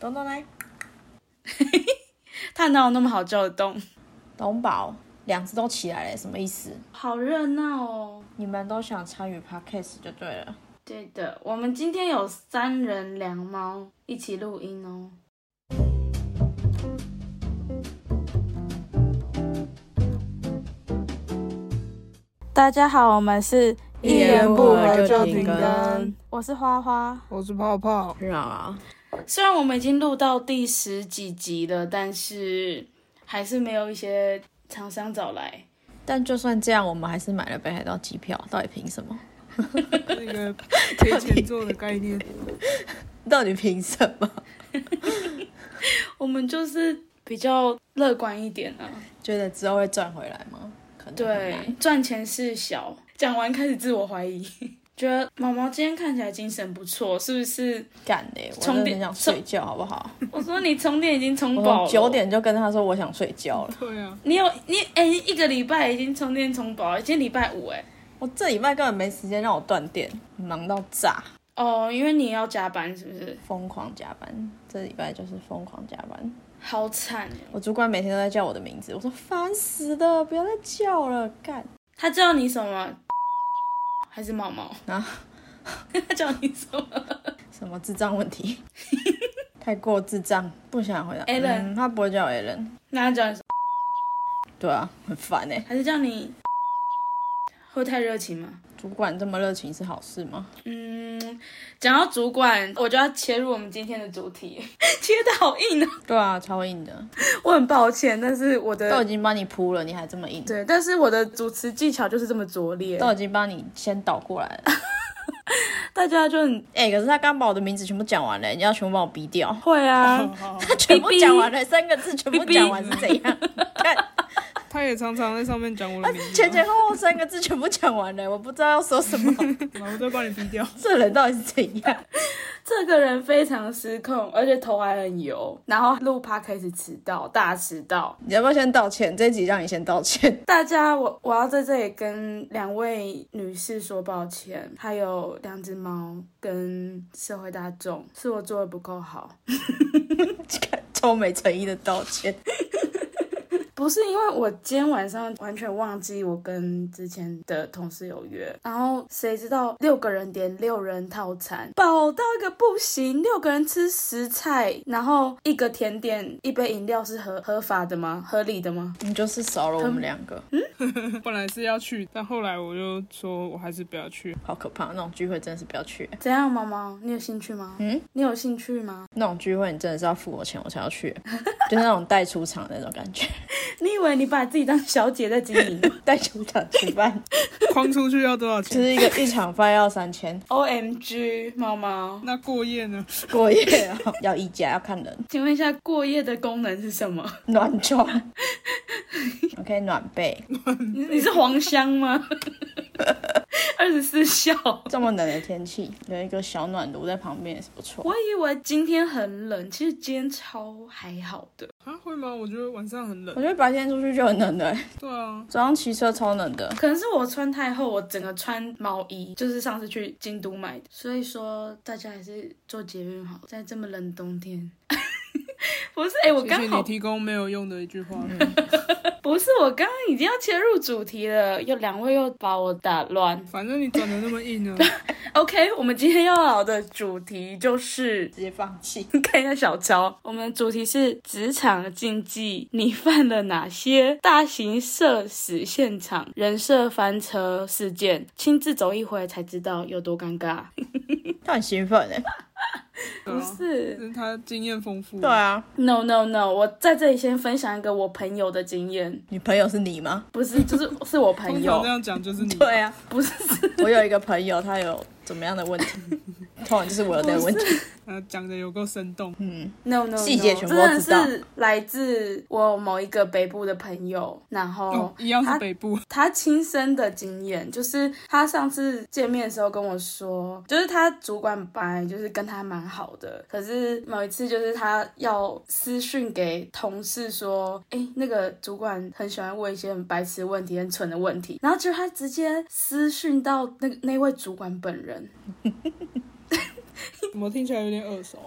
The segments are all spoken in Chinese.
东东来，他哪有那么好叫得动？东宝，两只都起来了，什么意思？好热闹哦！你们都想参与 podcast 就对了。对的，我们今天有三人两猫一起录音哦。大家好，我们是一言不合就停更，我是花花。我是泡泡，是啊，虽然我们已经录到第十几集了，但是还是没有一些厂商找来。但就算这样，我们还是买了北海道机票，到底凭什么？那个 赔钱做的概念，到底凭什么？我们就是比较乐观一点啊，觉得之后会赚回来吗？可能很难对，赚钱是小。讲完开始自我怀疑，觉得毛毛今天看起来精神不错，是不是？干嘞，我真充的电很想睡觉，好不好？我说你充电已经充我饱从了，九，点就跟他说我想睡觉了，对啊，你有你哎、一个礼拜已经充电充饱了，今天礼拜五哎、我这礼拜根本没时间让我断电，忙到炸，哦，因为你要加班是不是？疯狂加班。这礼拜就是疯狂加班，好惨哦，我主管每天都在叫我的名字，我说烦死了，不要再叫了，干。他叫你什么？还是毛毛？啊，他叫你什么？什么智障问题？ 太过智障，不想回答。 Alan 嗯他不会叫 Alan，那他叫你什么？对啊，很烦哎、还是叫你？会太热情吗？主管这么热情是好事吗？嗯，讲到主管，我就要切入我们今天的主题， 切的好硬啊！对啊，超硬的，我很抱歉，但是我都的已经帮你铺了，你还这么硬，对，但是我的主持技巧就是这么拙劣，都已经帮你先倒过来了。大家就很哎、可是他刚把我的名字全部讲完了，欸你要全部把我逼掉。会啊。他全部逼逼讲完了，三个字全部讲完是怎样？ 看他也常常在上面讲我啊的名字前，前后后三个字全部讲完了，我不知道要说什么。 然后再帮你逼掉。这人到底是怎样？这个人非常失控，而且头还很油，然后录趴开始迟到，大迟到。你要不要先道歉？这一集让你先道歉。 大家，我我要在这里跟两位女士说抱歉，还有两只猫跟社会大众，是我做的不够好，超没诚意的道歉。不是因为我今天晚上完全忘记我跟之前的同事有约，然后谁知道六个人点六人套餐，饱到一个不行，六个人吃十菜，然后一个甜点一杯饮料是合合法的吗？合理的吗？你就是少了我们两个，本来是要去，但后来我就说我还是不要去。好可怕！那种聚会真的是不要去、怎样，毛毛，你有兴趣吗？嗯，你有兴趣吗？ 那种聚会你真的是要付我钱我才要去、 就是那种带出场的那种感觉， 你以为你把自己当小姐在经营 带出场吃饭， 框出去要多少就钱？是一个一场饭要三千， ？O M G，猫猫，那过夜呢？过夜啊，要一家要看人，请问一下，过夜的功能是什么？ 暖床 ，OK 暖被，你你是黄香吗？ 二十四孝。这么冷的天气，有一个小暖炉在旁边也是不错。我以为今天很冷，其实今天超还好的。啊，会吗？我觉得晚上很冷我。觉得白天出去就很冷的、欸对啊，早上骑车超冷的。可能是我穿太厚，我整个穿毛衣，就是上次去京都买的。所以说，大家还是做捷运好，在这么冷的冬天。 不是，哎、我谢谢刚好你提供没有用的一句话。嗯不是，我刚刚已经要切入主题了，又两位又把我打乱。反正你转的那么 硬呢， OK，我们今天要聊的主题就是直接放弃，看一下小乔，我们的主题是职场禁忌，你犯了哪些大型社死现场人设翻车事件？亲自走一回才知道有多尴尬。他很兴奋哎、对啊不是但是他经验丰富。对啊， ，No No No，我在这里先分享一个我朋友的经验，你朋友是你吗？不是，就是是 我朋通常友这，样讲就是你。对啊，不是 我有一个朋友，他有怎么样的问题？ 通常就是我有这个问题，啊，讲的有够生动。嗯 No No，细节全部真都的知道是来自我某一个北部的朋友，然后哦，一样他啊是北部。 他亲身的经验，就是他上次见面的时候跟我说，就是他主管本来就是跟他蛮好的，可是某一次就是他要私讯给同事说，哎、那个主管很喜欢问一些很白痴的问题、很蠢的问题，然后结果他直接私讯到那个那位主管本人。怎么听起来有点耳熟？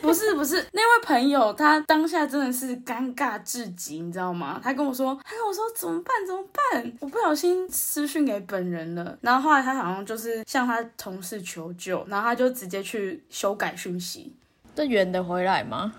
不是不是，那位朋友他当下真的是尴尬至极，你知道吗？他跟我说，他跟我说怎么办怎么办？我不小心私讯给本人了。然后后来他好像就是向他同事求救，然后他就直接去修改讯息。这圆的回来吗？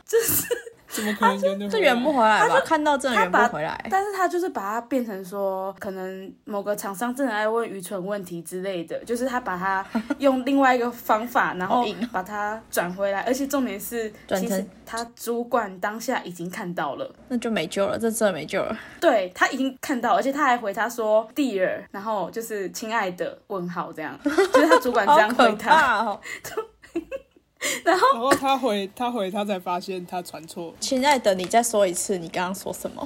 怎么可能圆的？啊这圆不回来吧？看到这圆不他把回来，但是他就是把它变成说，可能某个厂商正在问愚蠢问题之类的，就是他把它用另外一个方法，然后好硬哦把它转回来，而且重点是，转其成实他主管当下已经看到了。那就没救了，这真的没救了。对他已经看到，而且他还回他说 “dear”，然后就是“亲爱的”问号这样， 就是他主管这好样可回他。怕哦！然后他回他回他才发现他传错，亲爱的，你再说一次，你刚刚说什么？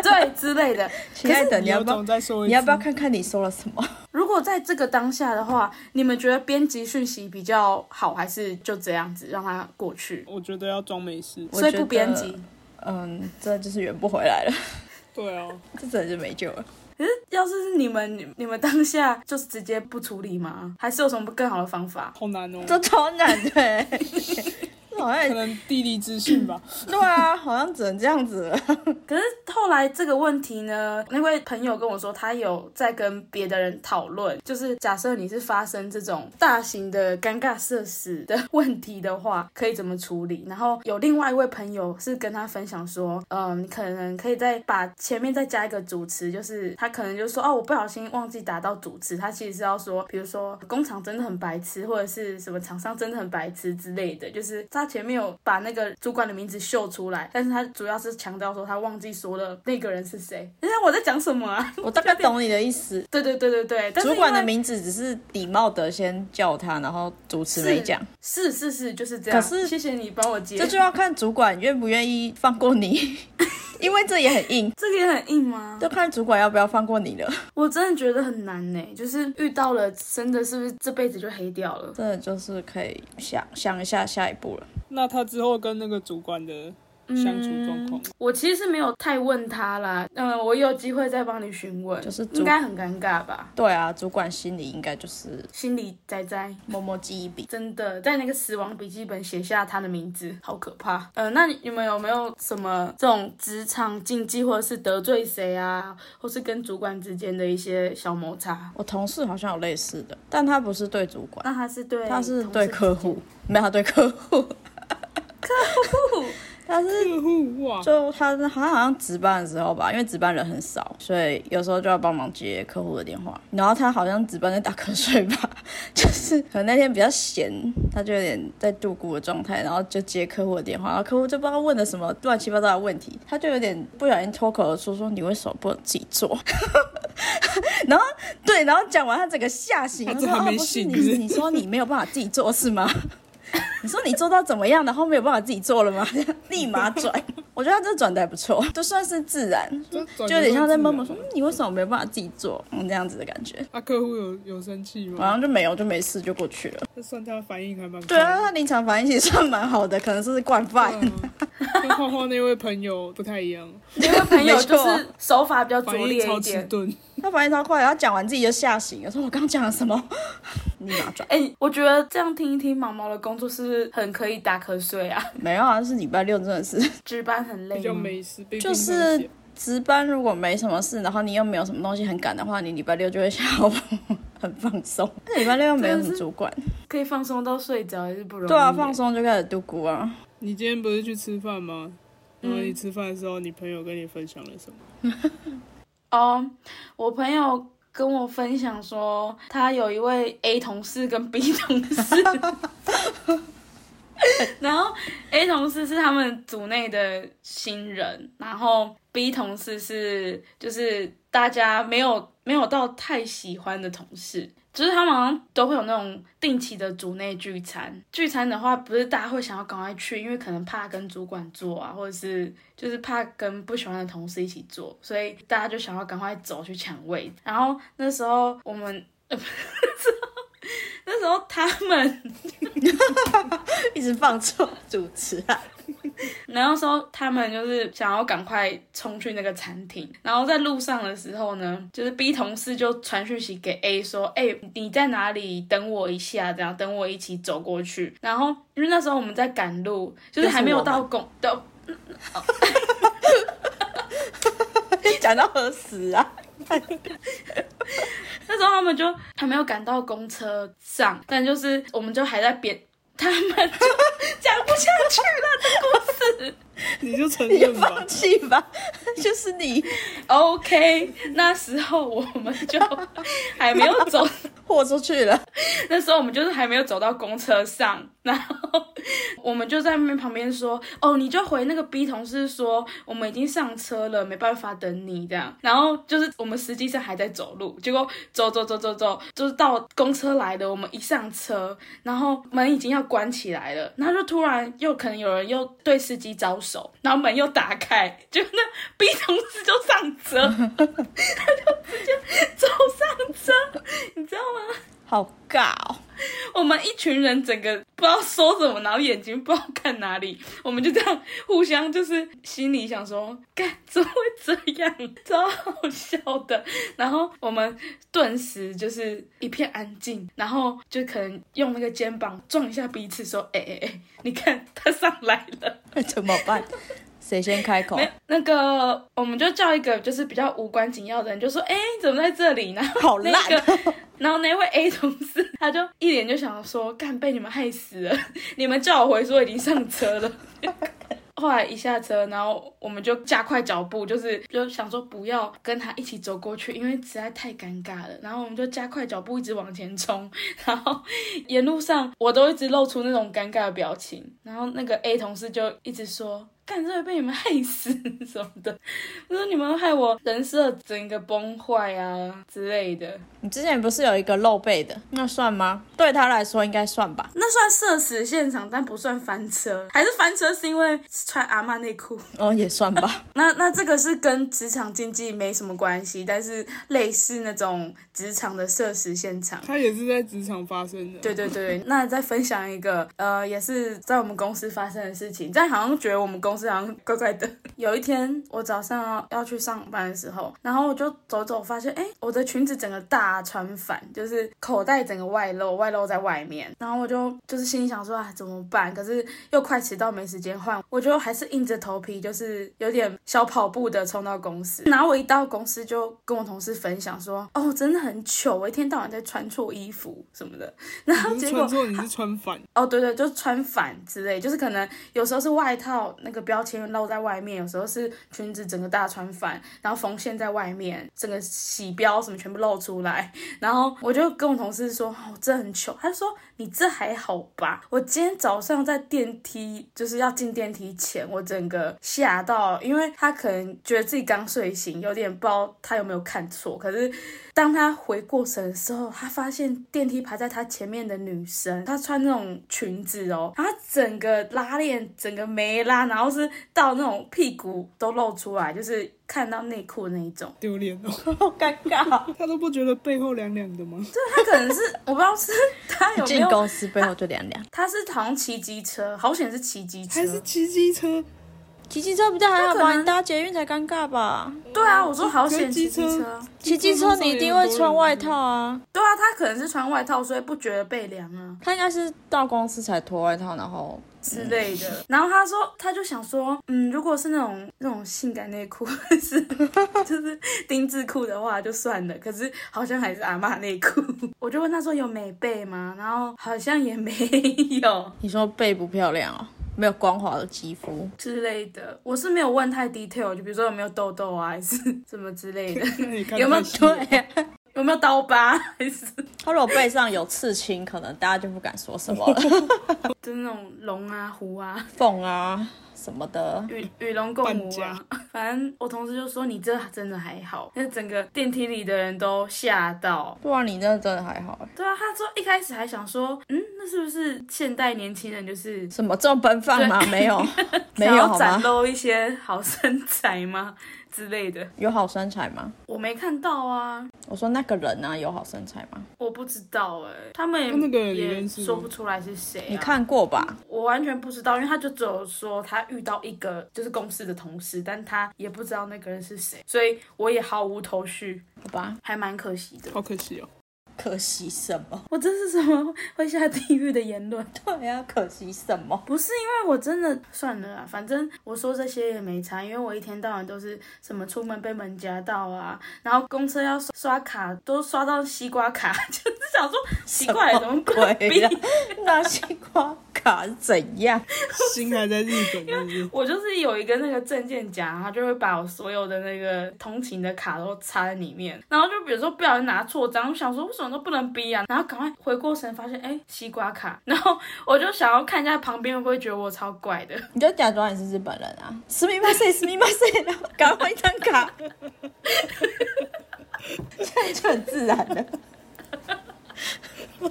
对之类的。 亲爱的，你要有不要种？再说一次，你要不要看看你说了什么？如果在这个当下的话，你们觉得编辑讯息比较好，还是就这样子让他过去？我觉得要装没事。我所以觉不得编辑。嗯，这就是圆不回来了， 对啊，这真的就没救了。可是要是是你们，你你们当下就是直接不处理吗？还是有什么更好的方法？好难哦。 这超难的、欸，这 好可像能地理资讯 吧，对啊，好像只能这样子了。可是后来这个问题呢，那位朋友跟我说，他有在跟别的人讨论，就是假设你是发生这种大型的尴尬社死的问题的话， 可以怎么处理？然后有另外一位朋友是跟他分享说，嗯，你可能可以再把前面再加一个主词，就是他可能就说，哦，我不小心忘记打到主词，他其实是要说，比如说工厂真的很白痴，或者是什么厂商真的很白痴之类的，就是他前面有把那个主管的名字秀出来，但是他主要是强调说他忘记说了那个人是谁。你看我在讲什么啊？ 我大概懂你的意思。对对对对对，但是主管的因为名字只是礼貌的先叫他，然后主持是没讲，是是是就是这样。可是谢谢你帮我接，这就要看主管愿不愿意放过你， 因为这也很硬，这个也很硬吗？就看主管要不要放过你了。我真的觉得很难呢、就是遇到了真的是不是这辈子就黑掉了？真的就是可以想想一下下一步了。那他之后跟那个主管的相处状况，嗯嗯我其实是没有太问他啦，嗯、我有机会再帮你询问，就是主应该很尴尬吧？对啊，主管心里应该就是心里仔仔。默默记一笔。真的在那个死亡笔记本写下他的名字，好可怕。呃，那你们有没有什么这种职场禁忌，或者是得罪谁啊，或是跟主管之间的一些小摩擦？我同事好像有类似的，但他不是对主管，那他是对他是同事对客户，没有他对客户， 他是客户哇，就他他好像值班的时候吧，因为值班人很少，所以有时候就要帮忙接客户的电话。然后他好像值班在打瞌睡吧， 就是可能那天比较闲，他就有点在度孤的状态，然后就接客户的电话，然后客户就不知道问了什么乱七八糟的问题，他就有点不小心脱口而出说：“你为什么不能自己做？” 然后对，然后讲完他整个吓醒，他他真说：“的啊，没不是醒你，是不是你说你没有办法自己做是吗？”你说你做到怎么样，然后没有办法自己做了吗？ 立马 转，我觉得他这转的还不错，就算是自然，就就转有点像在默默自说、然嗯你为什么没办法自己做，嗯这样子的感觉。啊，客户有有生气然嗯吗？后就没有，就没事就过去了。这算他的反应还蛮快啊对啊，他临场反应其实算蛮好的，可能是惯犯。的，跟画画那位朋友不太一样，嗯因为朋友没就错是手法比较拙反应劣超一迟点。钝，他反应超快，然后讲完自己就吓醒了，说我刚讲了什么， 立马转。哎、我觉得这样听一听毛毛的工作是不是很可以打瞌睡啊？ 没有啊，是礼拜六真的是值班很累比较吗？没事，被就是平常心值班，如果没什么事，然后你又没有什么东西很赶的话，你礼拜六就会下午 很放松。那礼拜六又没有什么主管，可以放松到睡着还是不容易。对啊，放。松就开始度孤啊。你今天不是去吃饭吗？然后嗯你吃饭的时候，你朋友跟你分享了什么？哦我朋友跟我分享说，他有一位 A 同事跟 B 同 事，然后 A 同事是他们组内的新人，然后 B 同事是就是大家没有没有到太喜欢的同事。就是他们好像都会有那种定期的组内聚餐，聚餐的话不是大家会想要赶快去，因为可能怕跟主管做啊，或者是就是怕跟不喜欢的同事一起做，所以大家就想要赶快走去抢位。然后那时候我们，呃、不是那时候 那时候他们， 一直放错主持啊。然后说他们就是想要赶快冲去那个餐厅，然后在路上的时候呢，就是 B 同事就传讯息给 A 说，哎、你在哪里？等我一下，这样等我一起走过去。然后因为那时候我们在赶路，就是还没有到公的， 讲到何时啊？那时候他们就还没有赶到公车上，但就是我们就还在边，他们就讲不下去了这故事。 你就承你就认吧放。弃吧， 就是你 OK，那时候我们就还没有走，豁出去了。 那时候我们就是还没有走到公车上，然后我们就在那边旁边说，哦，你就回那个 B 同事说我们已经上车了，没办法等你这样。然后就是我们实际上还在走路，结果走走走走走，就是到公车来了，我们一上车，然后门已经要关起来了，然后就突然又可能有人又对司机招手，然后门又打开，就那 B 同事就上车，他就直接走上车，你知道吗？ 好尬哦！我们一群人整个不知道说什么，然后眼睛不知道看哪里，我们就这样互相就是心里想说，干怎么会这样，超好笑的。然后我们顿时就是一片安静，然后就可能用那个肩膀撞一下彼此，说，哎哎哎，你看他上来了。 怎么办？谁先开口没？有那个，我们就叫一个就是比较无关紧要的人，就说：“哎、你怎么在这里？”然后好那烂个，然后那位 A 同事他就一脸就想说：“干被你们害死了，你们叫我回说已经上车了。”后来一下车，然后我们就加快脚步，就是就想说不要跟他一起走过去，因为实在太尴尬了。然后我们就加快脚步一直往前冲，然后沿路上我都一直露出那种尴尬的表情，然后那个 A 同事就一直说。干，这会被你们害死什么的，我说你们害我人设整个崩坏啊之类的，你之前不是有一个露背的，那算吗？对他来说应该算吧。那算社死现场，但不算翻车，还是翻车是因为穿阿妈内裤。哦，也算吧。那那这个是跟职场经济没什么关系，但是类似那种职场的社死现场。他也是在职场发生的。对对对，那再分享一个，呃，也是在我们公司发生的事情，但好像觉得我们公司好像怪怪的。 有一天我早上要去上班的时候，然后我就走走，发现哎，诶我的裙子整个大穿反，就是口袋整个外露，外露在外面，然后我就就是心里想说啊怎么办？可是又快迟到没时间换，我就还是硬着头皮，就是有点小跑步的冲到公司。然后我一到公司就跟我同事分享说，哦，真的很糗，我一天到晚在穿错衣服什么的。然后你是结果穿错，你是穿反。哦，对对，就穿反之类，就是可能有时候是外套那个标签露在外面，有时候是裙子整个大穿反，然后缝线在外面，整个洗标什么全部露出来。然后我就跟我同事说，哦，这很糗。他就说你这还好吧？我今天早上在电梯，就是要进电梯前，我整个吓到，因为他可能觉得自己刚睡醒，有点不知道他有没有看错，可是当他回过神的时候，他发现电梯排在他前面的女生，她穿那种裙子哦，她整个拉链整个没拉，然后是到那种屁股都露出来，就是看到内裤那一种。丢脸哦， 好尴尬。 哦他都不觉得背后凉凉的吗？啊她可能是我不知道是她有没进有，公司背后就凉凉。她是好像骑机车，好险是骑机车还。是骑机车？ 骑机车比较还好那可吧？能你搭捷运才尴尬吧？对啊，我说好可险是骑机机车车。骑机车你一定会穿外套啊。对啊，她可能是穿外套，所以不觉得被凉啊。他应该是到公司才脱外套，然后之类的。然后他说，他就想说，嗯，如果是那种那种性感内裤， 是就是丁字裤的话就算了，可是好像还是阿嬷内裤。 我就问他说有美背吗？然后好像也没有你说背不漂亮哦，没有光滑的肌肤。之类的。我是没有问太 detail，就比如说有没有痘痘啊，还是什么之类的， 那你 看有没有太细了对啊、有没有刀疤，啊还是他如果背上有刺青，可能大家就不敢说什么 了，就是那种龙啊、虎啊。缝啊什么的。与与龙共半舞啊价！反正我同事就说你这真的还好，那整个电梯里的人都吓到。不然你那真的还好欸，对啊，他说一开始还想说，嗯，那是不是现代年轻人就是什么这么奔放吗？没 有，没有想要好展吗？露一些好身材吗之类的？有好身材吗？我没看到啊，我说那个人啊，有好身材吗？我不知道哎、他们也那那个人你也认识吗说不出来是谁、啊。你，看过吧？我完全不知道，因为他就只有说他遇到一个就是公司的同事，但他也不知道那个人是谁，所以我也毫无头绪，好吧，还蛮可惜的。好可惜哦。可惜什么？ 我这是什么会下地狱的言论？对呀、啊，可惜什么？不是因为我真的算了啦，反正我说这些也没差，因为我一天到晚都是什么出门被门夹到啊，然后公车要刷刷卡都刷到西瓜卡， 就是想说奇怪什怎么么怪鬼病呀、。 那西瓜卡是怎样？心还在日本，是 不是？ 我就是有一个那个证件夹，然后就会把我所有的那个通勤的卡都插在里面，然后就比如说不小心拿错张，我想说为什么都不能逼啊，然后赶快回过神发现哎西瓜卡， 然后我就想要看一下旁边会不会觉得我超怪的，你就假装你是日本人啊！死命万岁，死命万岁，然后 赶快一张卡，这样就很自然了。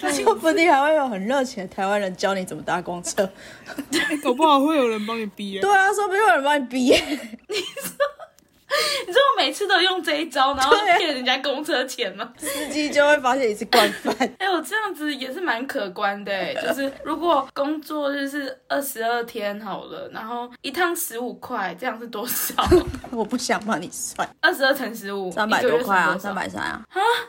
说不定还会有很热情的台湾人教你怎么搭公车。哎搞不好会有人帮你逼耶对。啊，说不定有人帮你毕业。你知道我每次都用这一招，然后就骗人家公车钱吗？ 司机就会发现你是惯犯。哎、我这样子也是蛮可观的、欸，就是如果工作日是二十二天好了，然后一趟十五块，这样是多少？我不想帮你算，二十二乘十五，三百多块一个啊，月三算多少，百三啊。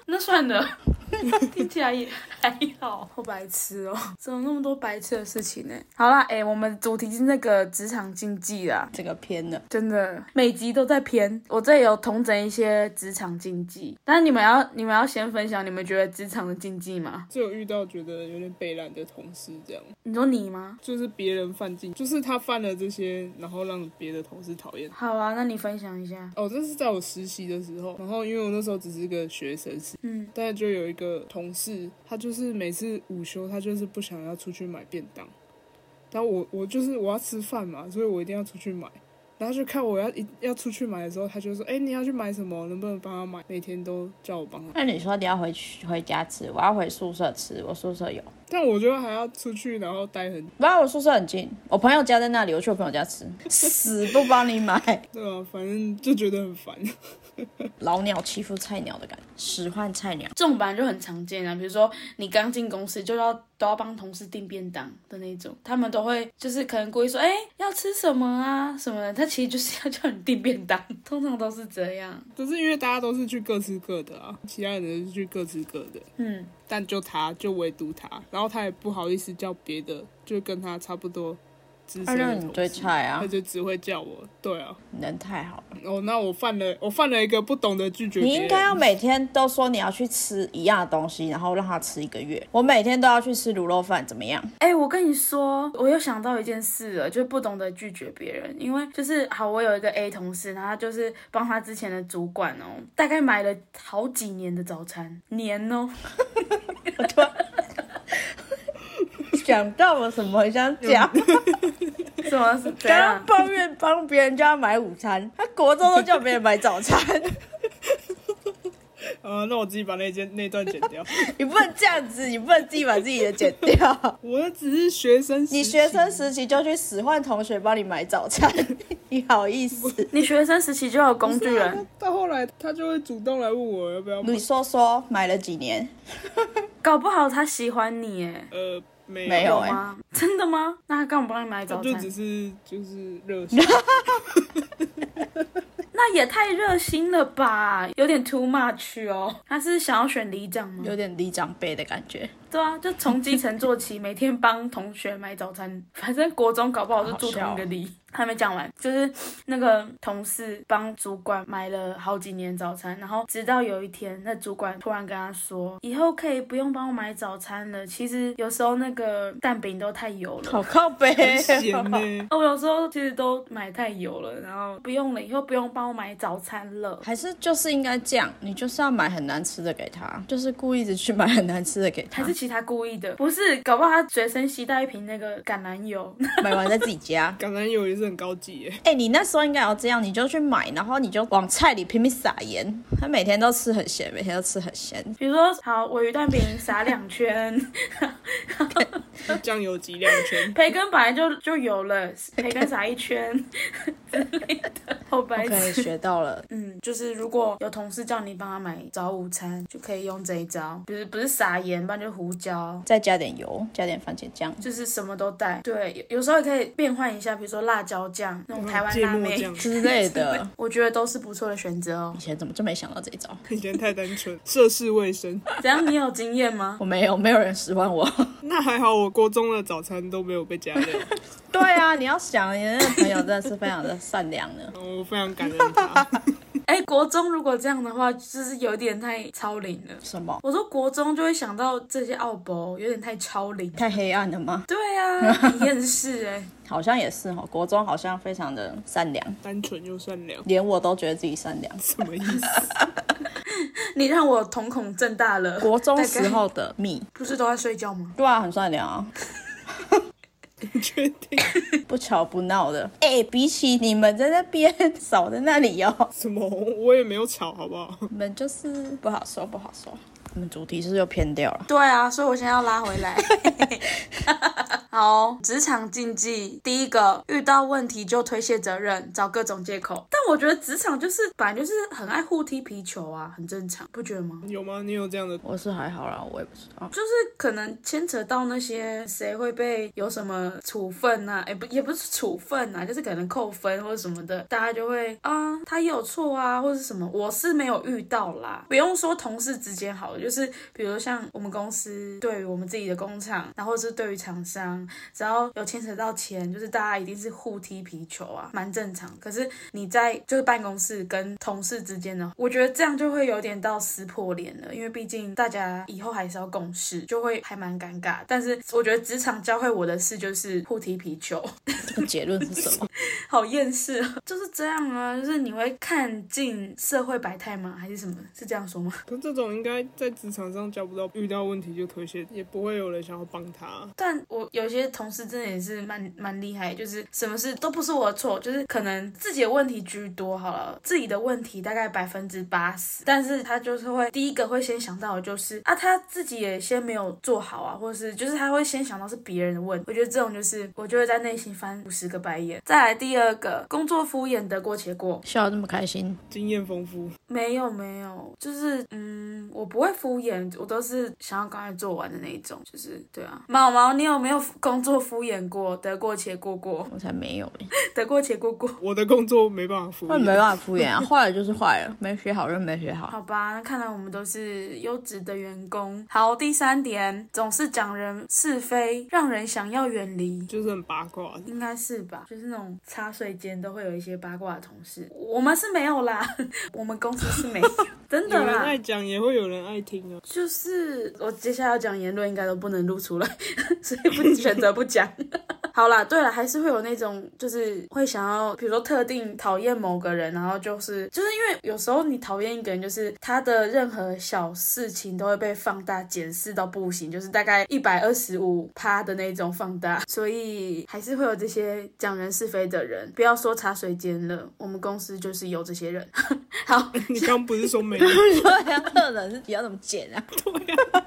那算了。 听起来也还好，好白痴哦！怎么那么多白痴的事情呢？好啦，哎、我们主题是那个职场经济啦，这个偏了，真的每集都在偏。我这里有统整一些职场禁忌，但你们要你们要先分享你们觉得职场的禁忌吗？就有遇到觉得有点北兰的同事这样，你说你吗？就是别人犯禁，就是他犯了这些，然后让别的同事讨厌。好啊，那你分享一下。哦，这是在我实习的时候，然后因为我那时候只是个学生，是嗯，但就有一个同事，他就是每次午休，他就是不想要出去买便当。但我我就是我要吃饭嘛，所以我一定要出去买。然后就看我要一要出去买的时候，他就说：“哎、你要去买什么？能不能帮他买？”每天都叫我帮他，那你说你要回去回家吃，我要回宿舍吃，我宿舍有。但我觉得还要出去，然后待很不然我宿舍很近，我朋友家在那里，我去我朋友家吃，死不帮你买。 对啊，反正就觉得很烦。 老鸟欺负菜鸟的感觉，使唤菜鸟。这种本来就很常见啊，比如说你刚进公司就要都要帮同事订便当的那种，他们都会就是可能故意说，哎、要吃什么啊什么的，他其实就是要叫你订便当，通常都是这样。可是因为大家都是去各吃各的啊，其他人是去各吃各的，嗯，但就他就唯独他，然后他也不好意思叫别的，就跟他差不多资他深让的你同最事菜啊他，就只会叫我。对啊，你人太好了。哦，那我犯了，我犯了一个不懂得拒绝别你人。应该要每天都说你要去吃一样的东西，然后让他吃一个月。我每天都要去吃卤肉饭，怎么样？哎、我跟你说，我又想到一件事了，就不懂得拒绝别人，因为就是好，我有一个 A 同事，然后他就是帮他之前的主管哦，大概买了好几年的早餐，年哦，想到我什么想讲？什 么是这刚啊样刚？抱怨帮别人家买午餐，他国中都叫别人买早餐， 呃，那我自己把那件那段剪掉。 你不能这样子，你不能自己把自己的剪掉。我那只是学生时期，你学生时期就去使唤同学帮你买早餐，你好意思？你学生时期就有工具对啊人，他到后来他就会主动来问我要不要买。你说说买了几年？搞不好他喜欢你哎，呃，没有，没有哎、吗？真的吗？那他干嘛帮你买他早欸就餐只？是就是热 血。那也太热心了吧，有点 too much 哦。他是想要选里长吗？有点离长辈的感觉。对啊，就从基层做起，每天帮同学买早餐。 反正国中搞不好就住同一个里。还没讲完，就是那个同事帮主管买了好几年早餐，然后直到有一天，那主管突然跟他说，以后可以不用帮我买早餐了。其实有时候那个蛋饼都太油了。好靠背、闲呢、哦，我有时候其实都买太油了，然后不用了，以后不用帮我买早餐了。还是就是应该这样，你就是要买很难吃的给他，就是故意一直去买很难吃的给他还，是其他故意的，不是，搞不好他随身携带一瓶那个橄榄油，买完在自己家。橄榄油也是很高级耶、哎、你那时候应该要这样，你就去买，然后你就往菜里拼命撒盐。他每天都吃很咸，每天都吃很咸， 比如说，好，我鱼蛋饼撒两圈，酱油挤两圈， 培根本来就就有了，培根撒一圈之类的，好白痴。 OK，学到了。嗯，就是如果有同事叫你帮他买早午餐，就可以用这一招，不是不是撒盐，不然就胡椒，再加点油，加点番茄酱，就是什么都带。对，有有时候也可以变换一下，比如说辣椒酱那种台湾嗯芥辣末妹酱，之类的。我觉得都是不错的选择哦 以。前怎么就没想到这一招？以前太单纯，涉世未深。怎样？你有经验吗？ 我没有，没有人使唤我。那还好，我国中的早餐都没有被加料， 对啊，你要想，你那个朋友真的是非常的善良的。我非常感恩他。哎，国中如果这样的话，就是有点太超龄了。什么？我说国中就会想到这些奥博，有点太超龄。太黑暗了吗？对 啊，很厌世哎、好像也是哦。国中好像非常的善良，单纯又善良，连我都觉得自己善良。什么意思？你让我瞳孔震大了。国中大概时候的蜜，不是都在睡觉吗？对啊，很善良啊，你确定？ 不吵不闹的。哎、比起你们在那边少在那里哦，什么？我也没有吵，好不好？你们就是不好说，不好说。我们主题是不是又偏掉了？ 对啊，所以我现在要拉回来。好，职场禁忌，第一个，遇到问题就推卸责任，找各种借口。但我觉得职场就是本来就是很爱互踢皮球啊，很正常，不觉得吗？有吗？你有这样的？我是还好啦，我也不知道。就是可能牵扯到那些谁会被有什么处分呐、啊，也不也不是处分呐、啊，就是可能扣分或者什么的，大家就会啊，他也有错啊，或者是什么，我是没有遇到啦。不用说同事之间好了，就是比如像我们公司对于我们自己的工厂，然后是对于厂商，只要有牵扯到钱，就是大家一定是互踢皮球啊，蛮正常。可是你在就是办公室跟同事之间呢，我觉得这样就会有点到撕破脸了，因为毕竟大家以后还是要共事，就会还蛮尴尬。但是我觉得职场教会我的事就是互踢皮球， 这个结论是什么？好厌世啊，就是这样啊，就是你会看尽社会百态吗？还是什么？是这样说吗？可这种应该在职场上交不到，遇到问题就推卸，也不会有人想要帮他。但我有些同事真的也是蛮蛮厉害，就是什么事都不是我的错，就是可能自己的问题居多好了，自己的问题大概百分之八十，但是他就是会第一个会先想到的就是啊，他自己也先没有做好啊，或是就是他会先想到是别人的问题，我觉得这种就是我就会在内心翻五十个白眼。再来第二个，工作敷衍得过且过， 笑得那么开心，经验丰富，没有没有，就是嗯，我不会敷衍，我都是想要赶快做完的那一种，就是对啊。毛毛，你有没有工作敷衍过？得过且过过， 我才没有哎、得过且过过。我的工作没办法服那没务。办法敷衍啊，坏了就是坏了，没学好就没学好。好吧，那看来我们都是优质的员工。好，第三点，总是讲人是非，让人想要远离。就是很八卦，啊应该是吧，就是那种茶水间都会有一些八卦的同事，我们是没有啦， 我们公司是没有， 真的有人啦。爱讲，也会有人爱听啊。 就是我接下来要讲言论应该都不能录出来， 所以不选择不讲。好啦，对了，还是会有那种就是会想要，比如说特定讨厌某个人，然后就是就是因为有时候你讨厌一个人，就是他的任何小事情都会被放大检视到不行，就是大概一百二十五趴的那种放大，所以还是会有这些讲人是非的人。不要说茶水间了，我们公司就是有这些人。 好，你刚不是 说没有？对啊，这人是你要怎么剪啊？对啊，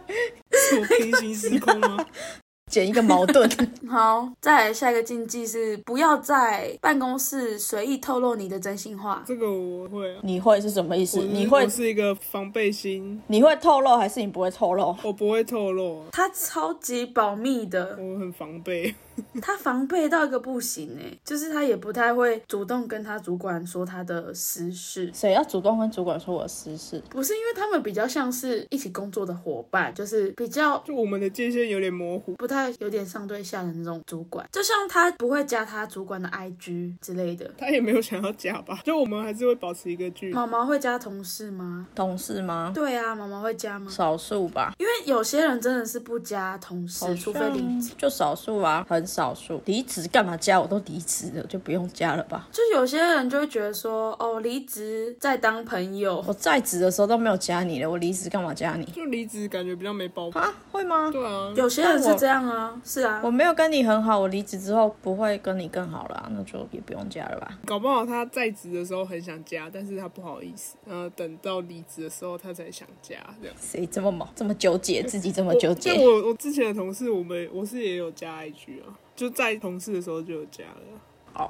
是我平行时空吗？ 剪一个矛盾。 好，再来下一个禁忌是不要在办公室随意透露你的真心话。这个我会啊。你会是什么意思？我你会我是一个防备心，你会透露还是你不会透露？我不会透露，啊他超级保密的，我很防备。 他防备到一个不行哎、就是他也不太会主动跟他主管说他的私事，谁要主动跟主管说我的私事？不是因为他们比较像是一起工作的伙伴，就是比较就我们的界限有点模糊，不太有点上对下的那种主管，就像他不会加他主管的 IG 之类的。他也没有想要假吧，就我们还是会保持一个距离。毛毛会加同事吗？同事吗？对啊，毛毛会加吗？少数吧，因为有些人真的是不加同事，除非离职。就少数啊，很少数。离职干嘛加？我都离职了，就不用加了吧。就有些人就会觉得说，哦，离职再当朋友，我在职的时候都没有加你了，我离职干嘛加你就离职感觉比较没包袱。啊？会吗？对啊，有些人是这样啊，是啊我，没有跟你很好，我离职之后不会跟你更好了啊、那就也不用加了吧。搞不好他在职的时候很想加，但是他不好意思，呃，等到离职的时候他才想加这样。谁这么猛，这么纠结，自己这么我纠结 就？我我之前的同事，我们我是也有加 IG 啊，就在同事的时候就有加了。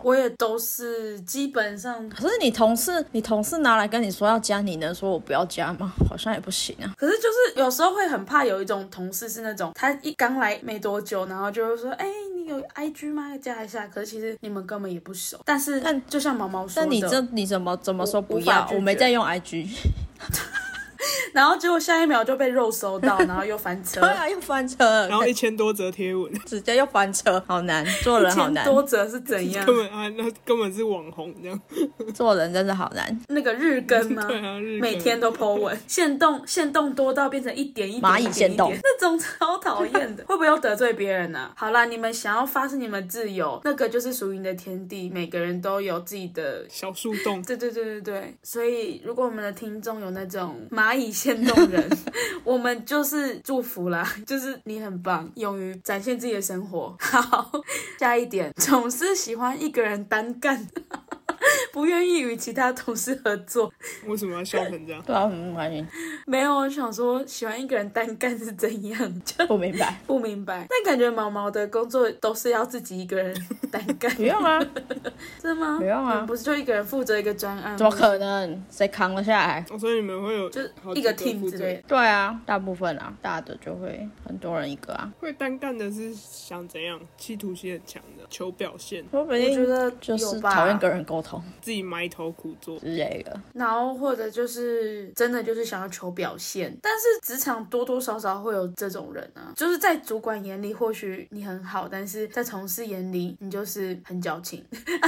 我也都是基本上，可是你同事，你同事拿来跟你说要加，你能说我不要加吗？好像也不行啊。可是就是有时候会很怕有一种同事是那种，他一刚来没多久，然后就会说，哎、你有 IG 吗？加一下。可是其实你们根本也不熟，但是但就像毛毛说的，但你这你怎么怎么说不无法要？拒我绝没在用 IG，然后结果下一秒就被肉搜 到，然后又翻车对。啊，又翻车然，后一千多则贴文，啊直接又翻 车，好难，做人好一千难，多者是 怎样根？本啊，那根本是网红这样。做人真的好难。那个日更 吗？ 对啊，日更每天都 po 文，限动限动多到变成一点一点蚂蚁一点限动一点那种超讨厌 的，会不会又得罪别人呢、好啦，你们想要发是你们自由，那个就是属于你的天地，每个人都有自己的。小树洞，对对对对对，所以如果我们的听众有那种蚂蚁限动 人，我们就是祝福啦，就是你很棒，勇于展现自己的生活。好，下一点，总是喜欢一个人单干，不愿意与其他同事合作，为什么要笑成这样？对啊，嗯，关系，没有，我想说喜欢一个人单干是怎样，就不明白。不明白。但感觉毛毛的工作都是要自己一个人单干， 不用 啊，是吗？不用啊不是就一个人负责一个专案吗，怎么可能？谁扛得下来？哦，所以你们会有就是好一几个个 team 负之责类的。对啊，大部分啊，大的就会很多人一个啊，会单干的是想怎样，企图心很强的，求表现，说不我觉定得哎就有是吧讨厌跟人沟通自己埋头苦做。之类的。然后或者就是真的就是想要求表现，但是职场多多少少会有这种人啊，就是在主管眼里或许你很好，但是在同事眼里你就是很矫情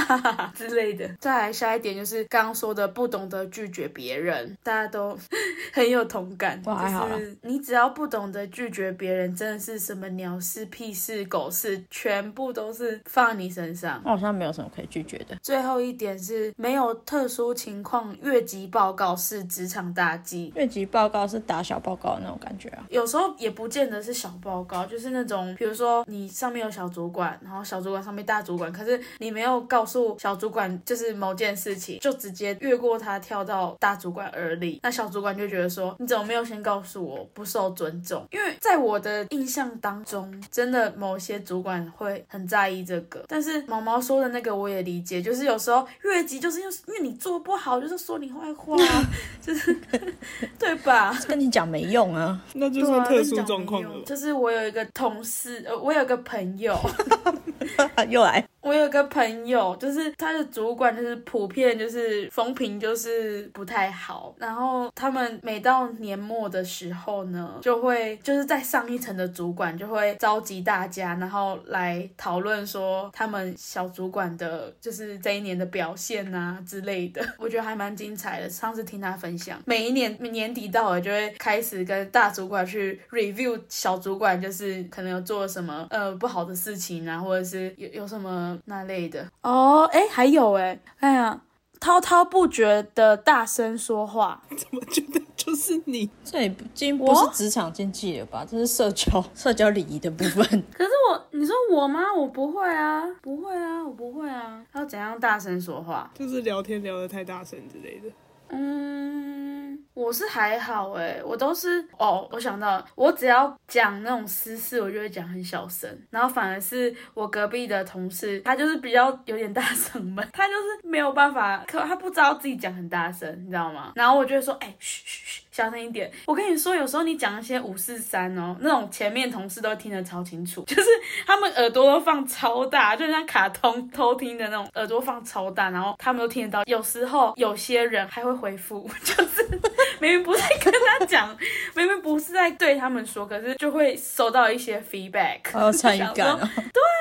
之类的。再来下一点就是刚刚说的不懂得拒绝别人，大家都 很有同感。我还好啦就是你只要不懂得拒绝别人，真的是什么鸟事、屁事、狗事，全部都是放你身上。我好像没有什么可以拒绝的。最后一点是没有特殊情况，越级报告是职场大忌。越级报告是打小报告的那种感觉啊，有时候也不见得是小报告，就是那种，比如说你上面有小主管，然后小主管上面大主管，可是你没有告诉小主管就是某件事情，就直接越过他跳到大主管耳里，那小主管就觉得说你怎么没有先告诉我，不受尊重。因为在我的印象当中，真的某些主管会很在意这个，但是毛毛说的那个我也理解，就是有时候越级就是因为因为你做不好，就是说你坏话，啊就是 对吧？跟你讲没用啊， 那就对算啊特跟殊你讲状没况用了吧。就是我有一个同事，呃，我有个朋友， 又来。我有个朋友，就是他的主管就是普遍就是风评就是不太好，然后他们每到年末的时候呢，就会就是在上一层的主管就会召集大家，然后来讨论说他们小主管的就是这一年的表现啊之类的，我觉得还蛮精彩的。上次听他分享，每一年年底到了就会开始跟大主管去 review 小主管，就是可能有做什么呃不好的事情啊，或者是有有什么那类的。哦，哎，还有哎，哎呀。滔滔不绝的大声说话，我觉得就是你，这也不已经不是职场经济了吧？这是社交社交礼仪的部分。可是我，你说我吗？我不会啊，不会啊，我不会啊。要怎样大声说话？就是聊天聊得太大声之类的。嗯，我是还好哎、我都是哦，我想到了，我只要讲那种私事，我就会讲很小声，然后反而是我隔壁的同事，他就是比较有点大嗓门，他就是没有办法，可他不知道自己讲很大声，你知道吗？然后我就会说，哎、嘘嘘嘘，小声一点。我跟你说，有时候你讲一些五四三哦，那种前面同事都听得超清楚，就是他们耳朵都放超大，就像卡通偷听的那种， 耳朵放超大，然后他们都听得到。有时候有些人还会回复，就是明明不是跟他讲， 明明不是在对他们说，可是就会收到一些 feedback，好有参与感想说哦。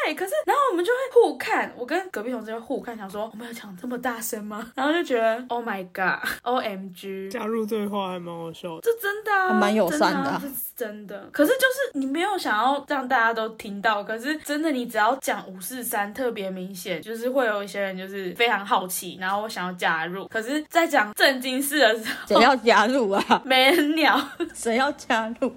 对，可是然后我们就会互看，我跟隔壁同事会互看，想说我们有讲这么大声吗？然后就觉得 Oh my God，O M G，加入对话还蛮好笑的。这真的啊，还蛮友善的、的啊这是真的。可是就是你没有想要让大家都听到，可是真的你只要讲五四三特别明显，就是会有一些人就是非常好奇，然后我想要加入，可是在讲正经事的时谁候。 要加入啊？没人鸟，谁要加入？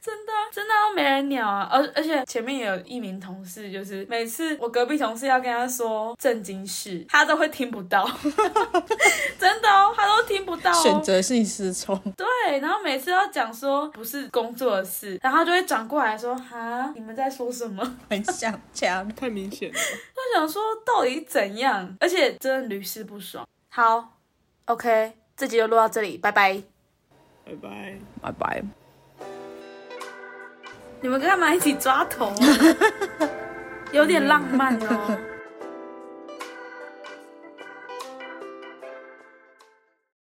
真的都没人鸟啊！而而且前面也有一名同事，就是每次我隔壁同事要跟他说正经事，他都会听不到， 真的哦，他都听不到、哦。选择性失聪，对，然后每次都讲说不是工作的事，然后他就会转过来说哈，你们在说什么？ 我很想加入。太明显了，想说到底怎样？而且真的屡试不爽。好，OK，这集就录到这里，拜拜。拜拜。拜拜。 你们干嘛一起抓头、啊？有点浪漫哦。